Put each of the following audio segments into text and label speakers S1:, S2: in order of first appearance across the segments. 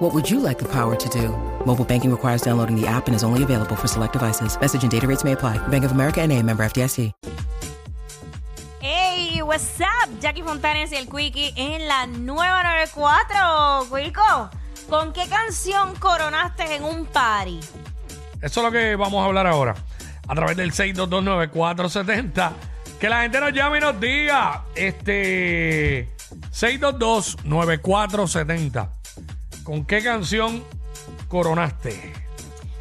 S1: What would you like the power to do? Mobile banking requires downloading the app and is only available for select devices. Message and data rates may apply. Bank of America and a member FDIC.
S2: Hey, what's up? Jackie Fontanes y el Quickie en la nueva 94. Quico, ¿con qué canción coronaste en un party?
S3: Eso es lo que vamos a hablar ahora. A través del 6229470. Que la gente nos llame y nos diga. Este. 6229470. ¿Con qué canción coronaste?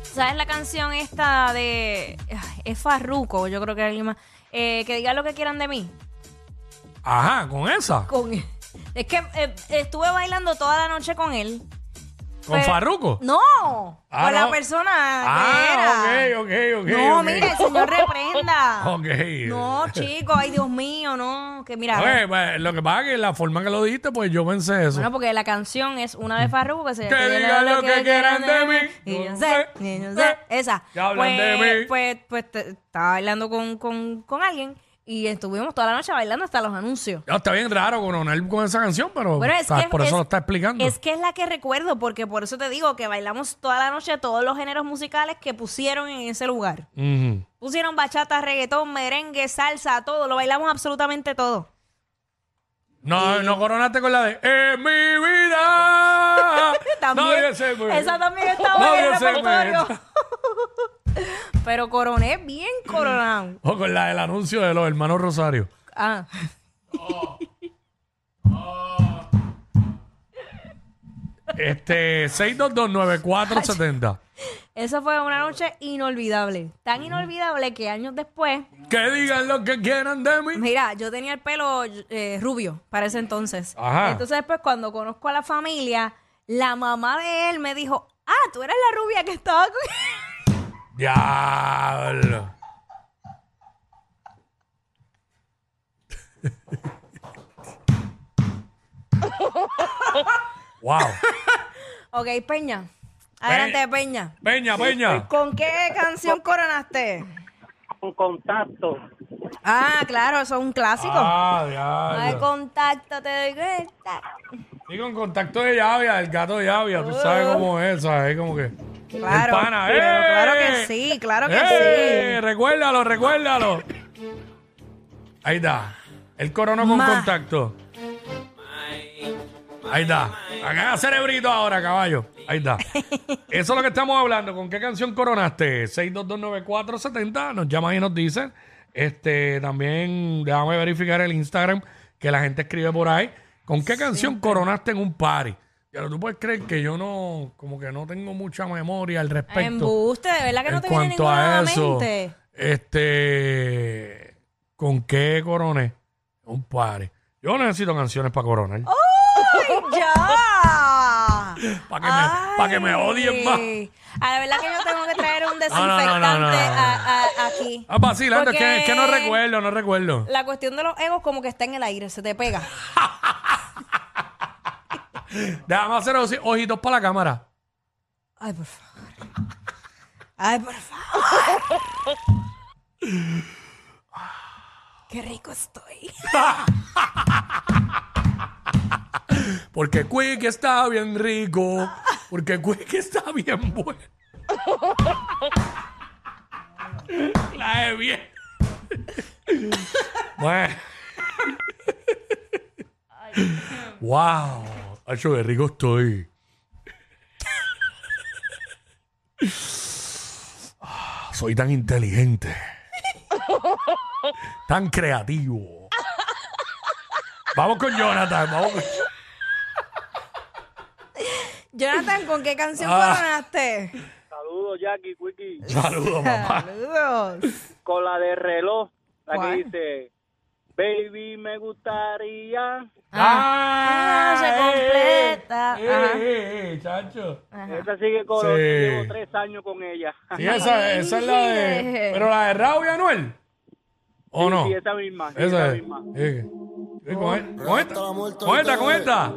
S2: ¿Sabes la canción esta de. ay, Es Farruco, yo creo que alguien más. eh, que diga lo que quieran de mí.
S3: Ajá, con esa. Con
S2: Con Es que eh, estuve bailando toda la noche con él. pero-
S3: Farruko.
S2: ¡No!
S3: Ah,
S2: con Pues, la
S3: no.
S2: persona que
S3: Ah,
S2: era.
S3: ok, ok, ok.
S2: No,
S3: ok.
S2: mire, el señor reprenda.
S3: Ok.
S2: No, chico, ay, Dios mío, no. Que mira.
S3: Oye, pues, lo que pasa es que la forma que lo dijiste, pues yo pensé eso. Mm.
S2: Bueno, porque la canción es una de Farruko que se
S3: Que digan lo que quieran de mí. Mm.
S2: Y yo sé, y yo sé, esa.
S3: Que hablan de
S2: Pues-
S3: mí.
S2: Pues, pues te- estaba bailando con, con, con alguien y estuvimos toda la noche bailando hasta los anuncios.
S3: Ya, Ah, está bien raro coronar con esa canción, pero
S2: Bueno, es
S3: está-
S2: que-
S3: por eso
S2: es-
S3: lo está explicando.
S2: Es que es la que recuerdo, porque por eso te digo que bailamos toda la noche todos los géneros musicales que pusieron en ese lugar.
S3: Ujú.
S2: Pusieron bachata, reggaetón, merengue, salsa, todo. Lo bailamos absolutamente todo.
S3: No, no coronaste con la de En mi vida.
S2: También,
S3: Nadie se me-
S2: esa también estaba en el
S3: Nadie se me-
S2: repertorio. Pero coroné bien coronado.
S3: O con la del anuncio de los hermanos Rosario.
S2: Ah.
S3: Este, 6229470.
S2: Esa fue una noche inolvidable. Tan inolvidable que años después,
S3: que digan lo que quieran de mí.
S2: mira, yo tenía el pelo eh, rubio para ese entonces.
S3: Ajá.
S2: Entonces después cuando conozco a la familia, la mamá de él me dijo, ah, tú eras la rubia que estaba con...
S3: Diablo. wow.
S2: ok, Peña. Adelante,
S3: Pe-
S2: Peña.
S3: Peña, Peña.
S2: ¿Con qué canción coronaste?
S4: con contacto.
S2: Ah, claro, eso es un clásico.
S3: Ah,
S2: No hay
S3: diablo.
S2: contacto, te doy cuenta.
S3: Y con contacto de llavia, el gato de llavia, tú sabes cómo es, ¿sabes? Como que.
S2: Claro,
S3: el pana,
S2: pero
S3: ¡eh!
S2: claro que sí, claro que
S3: ¡Eh! Recuérdalo, recuérdalo. Ahí está. El corono con
S2: Ma.
S3: contacto. Ahí está. Acá cerebrito ahora, caballo. Ahí está. Eso es lo que estamos hablando. ¿Con qué canción coronaste? 6229470. Nos llaman y nos dicen. Este, también déjame verificar el Instagram que la gente escribe por ahí. ¿Con qué canción coronaste en un party? Ya tú puedes creer que yo no, como que no tengo mucha memoria al respecto
S2: Embuste, de verdad que no
S3: en
S2: te viene
S3: cuanto
S2: ninguna
S3: a
S2: a la
S3: eso,
S2: mente.
S3: este, ¿con qué coroné? Un par. Yo necesito canciones para coronar.
S2: Oh, ¡Ya!
S3: Para que, me- pa' que me odien más.
S2: Ay. A la verdad que yo tengo que traer un
S3: no, no,
S2: desinfectante
S3: no, no, no.
S2: a- a- aquí.
S3: Ah, vacilando, es, que,
S2: Porque
S3: es que no recuerdo, no recuerdo.
S2: La cuestión de los egos como que está en el aire, se te pega.
S3: Déjame hacer oji- ojitos para la cámara.
S2: Ay, por favor. Ay, por favor. Qué rico estoy.
S3: Porque Quick está bien rico. Porque Quick está bien bueno. La de bien. bueno. wow. Hacho, qué rico estoy. Ah, Soy tan inteligente. tan creativo. Vamos con Jonathan. Vamos con...
S2: Jonathan, ¿con qué canción
S3: Ah.
S2: coronaste?
S4: Saludos, Jackie, Quickie.
S3: Saludos, papá.
S2: Saludos.
S4: Con la de reloj, la
S2: ¿Cuál?
S4: que dice, baby, me gustaría.
S2: Ah, se
S3: eh,
S2: completa.
S3: eh,
S2: Ajá. Ah.
S3: eh, eh, chacho.
S4: Esa sigue con
S3: Sí.
S4: llevo tres años con ella.
S3: Sí, esa, esa es la de. Pero la de Raúl y Anuel. ¿O
S4: Sí,
S3: no?
S4: sí, esa misma, sí,
S3: Esa
S4: esa
S3: es.
S4: misma.
S3: Sí. Sí, con, e- con esta.
S5: la muerte
S3: Con esta,
S5: de-
S3: con esta.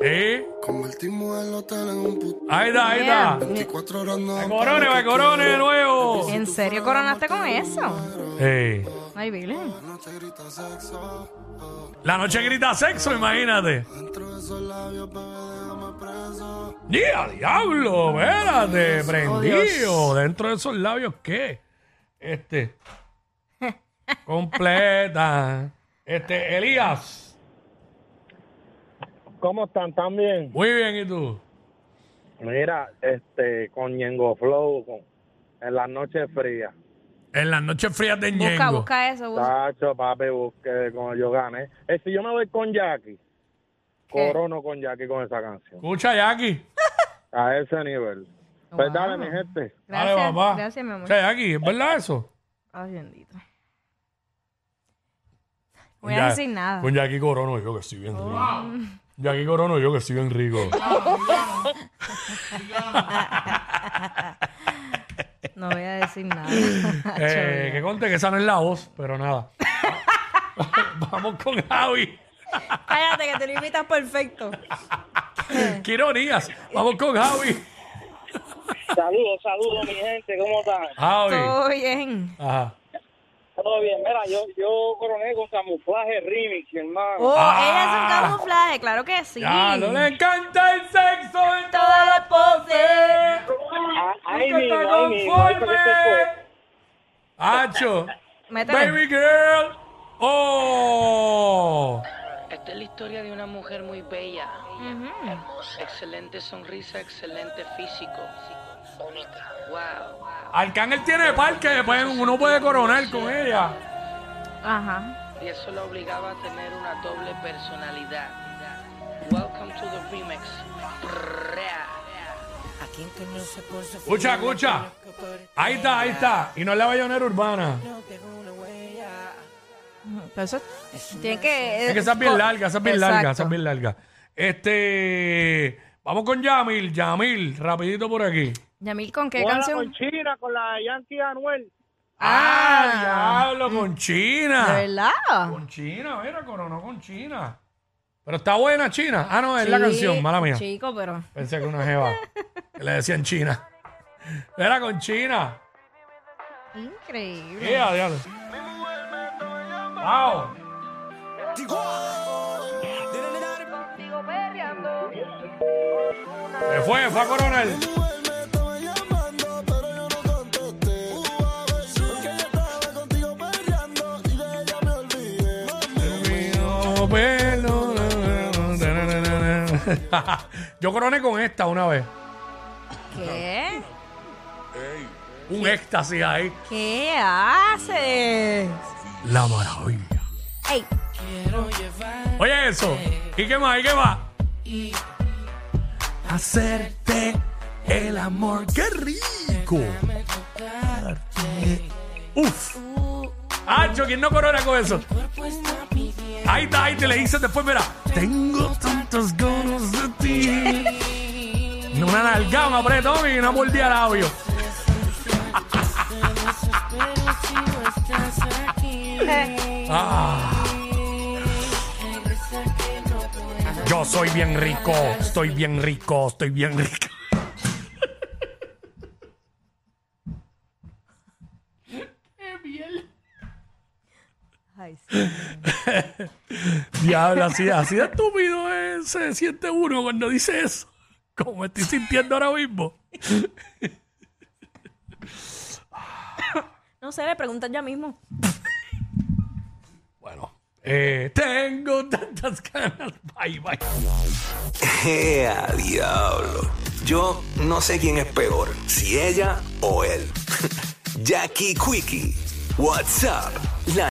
S3: Sí.
S5: Convertimos el hotel en un puto.
S3: Ahí está, ahí
S2: Yeah.
S3: está.
S5: 24 horas no.
S3: Al Corone, al corone de nuevo.
S2: ¿En serio coronaste con eso?
S3: Sí.
S2: Ay, Virgen.
S5: No te grita sexo.
S3: La noche grita sexo, imagínate.
S5: Dentro de esos labios, bebé, déjame preso.
S3: ¡Día, diablo!
S2: oh,
S3: Espérate, prendido.
S2: Dios.
S3: Dentro de esos labios, ¿qué? Este. Completa. Este, Elías.
S4: ¿Cómo están? también?
S3: Muy bien, ¿y tú?
S4: Mira, este, con Ñengo Flow, en las noches frías.
S3: En las noches frías de Ñengo.
S2: Busca, busca eso. busca.
S4: Tacho, papi, busque como yo gané. Eh, si yo me voy con Jackie,
S2: ¿Qué?
S4: corono con Jackie con esa canción.
S3: Escucha, Jackie.
S4: A ese nivel. Pues
S2: Wow.
S4: dale, mi gente.
S3: Dale,
S2: Gracias,
S3: papá.
S2: gracias, mi amor.
S3: Escucha, Jackie, ¿es verdad eso?
S2: Ay, bendito. Voy
S3: Ya-
S2: a decir nada. Oh.
S3: Con Jackie Corono, yo que estoy bien rico. Jackie Corono, yo que estoy bien rico.
S2: Ah, No voy a decir nada.
S3: Eh, que conte que esa no es la voz, pero nada. Vamos con Javi.
S2: Cállate, que te lo imitas perfecto.
S3: Qué ironías. Vamos con Javi.
S4: Saludos, saludos, mi gente. ¿Cómo están?
S3: Javi.
S2: Todo bien.
S3: Ajá.
S4: Todo bien. Mira, yo, yo coroné con camuflaje remix, hermano.
S2: Oh,
S3: Ah.
S2: ella es un camuflaje, claro que sí.
S3: Ya, no le encanta el sexo en todas las poses.
S4: Ah, Ay,
S3: Nunca
S4: mi,
S3: está
S4: ay, mi. ay, pero este fue.
S3: conforme. Hacho.
S2: Métele.
S3: Baby girl. Oh.
S6: Esta es la historia de una mujer muy bella,
S2: Ujú.
S6: excelente sonrisa, excelente físico, bonita. Wow.
S3: Arcángel tiene parque, pues uno puede coronar con ella.
S2: Ajá.
S6: Y eso la obligaba a tener una doble personalidad. Welcome to the remix.
S3: Escucha, escucha. Ahí está, ahí está. Y no es la bayonera urbana.
S2: Pero eso tiene que.
S3: Es que esa es bien
S2: co-
S3: larga, esa es bien larga, esa
S2: Exacto.
S3: es bien larga. Este. Vamos con Yamil, Yamil, rapidito por aquí.
S2: Yamil, ¿con qué
S4: Hola,
S2: canción?
S4: con China, con la Yankee Anuel.
S3: ¡Ah! diablo, con
S2: ¿De
S3: China.
S2: verdad?
S3: Con China, mira, coronó con China. Pero está buena China. Ah, no, es la canción, mala mía.
S2: Chico, pero.
S3: Pensé que una jeva. que le decían China. Era con China.
S2: Increíble.
S3: ¡Ea, diablo! ¡Wow! Se fue, fue a coronel.
S5: Él me estaba llamando, pero yo no contesté. Porque yo estaba contigo perreando y de ella me olvidé.
S3: Yo coroné con esta una vez.
S2: ¿Qué?
S3: Un éxtasis ahí.
S2: ¿Qué haces?
S3: La maravilla.
S2: Ey.
S3: Oye, eso. ¿Y qué más? ¿Y qué más? Hacerte el amor. ¡Qué rico! ¡Uf! ¡Acho! ¿Quién no corona con eso? Ahí está, ahí te le dices después, mira. Tengo tantos ganas de ti. Una nalgada, me apretó y una mordida al labio. Ah. Yo soy bien rico, estoy bien rico, estoy bien rico.
S2: Ay, sí.
S3: Diablo, así, así de estúpido eh, se siente uno cuando dice eso. Como me estoy sintiendo ahora mismo.
S2: No sé, le preguntan ya mismo.
S3: Bueno, eh, tengo tantas ganas. Bye, bye.
S7: ¡Ea, diablo! Yo no sé quién es peor, si ella o él. Jackie Quickie, what's up?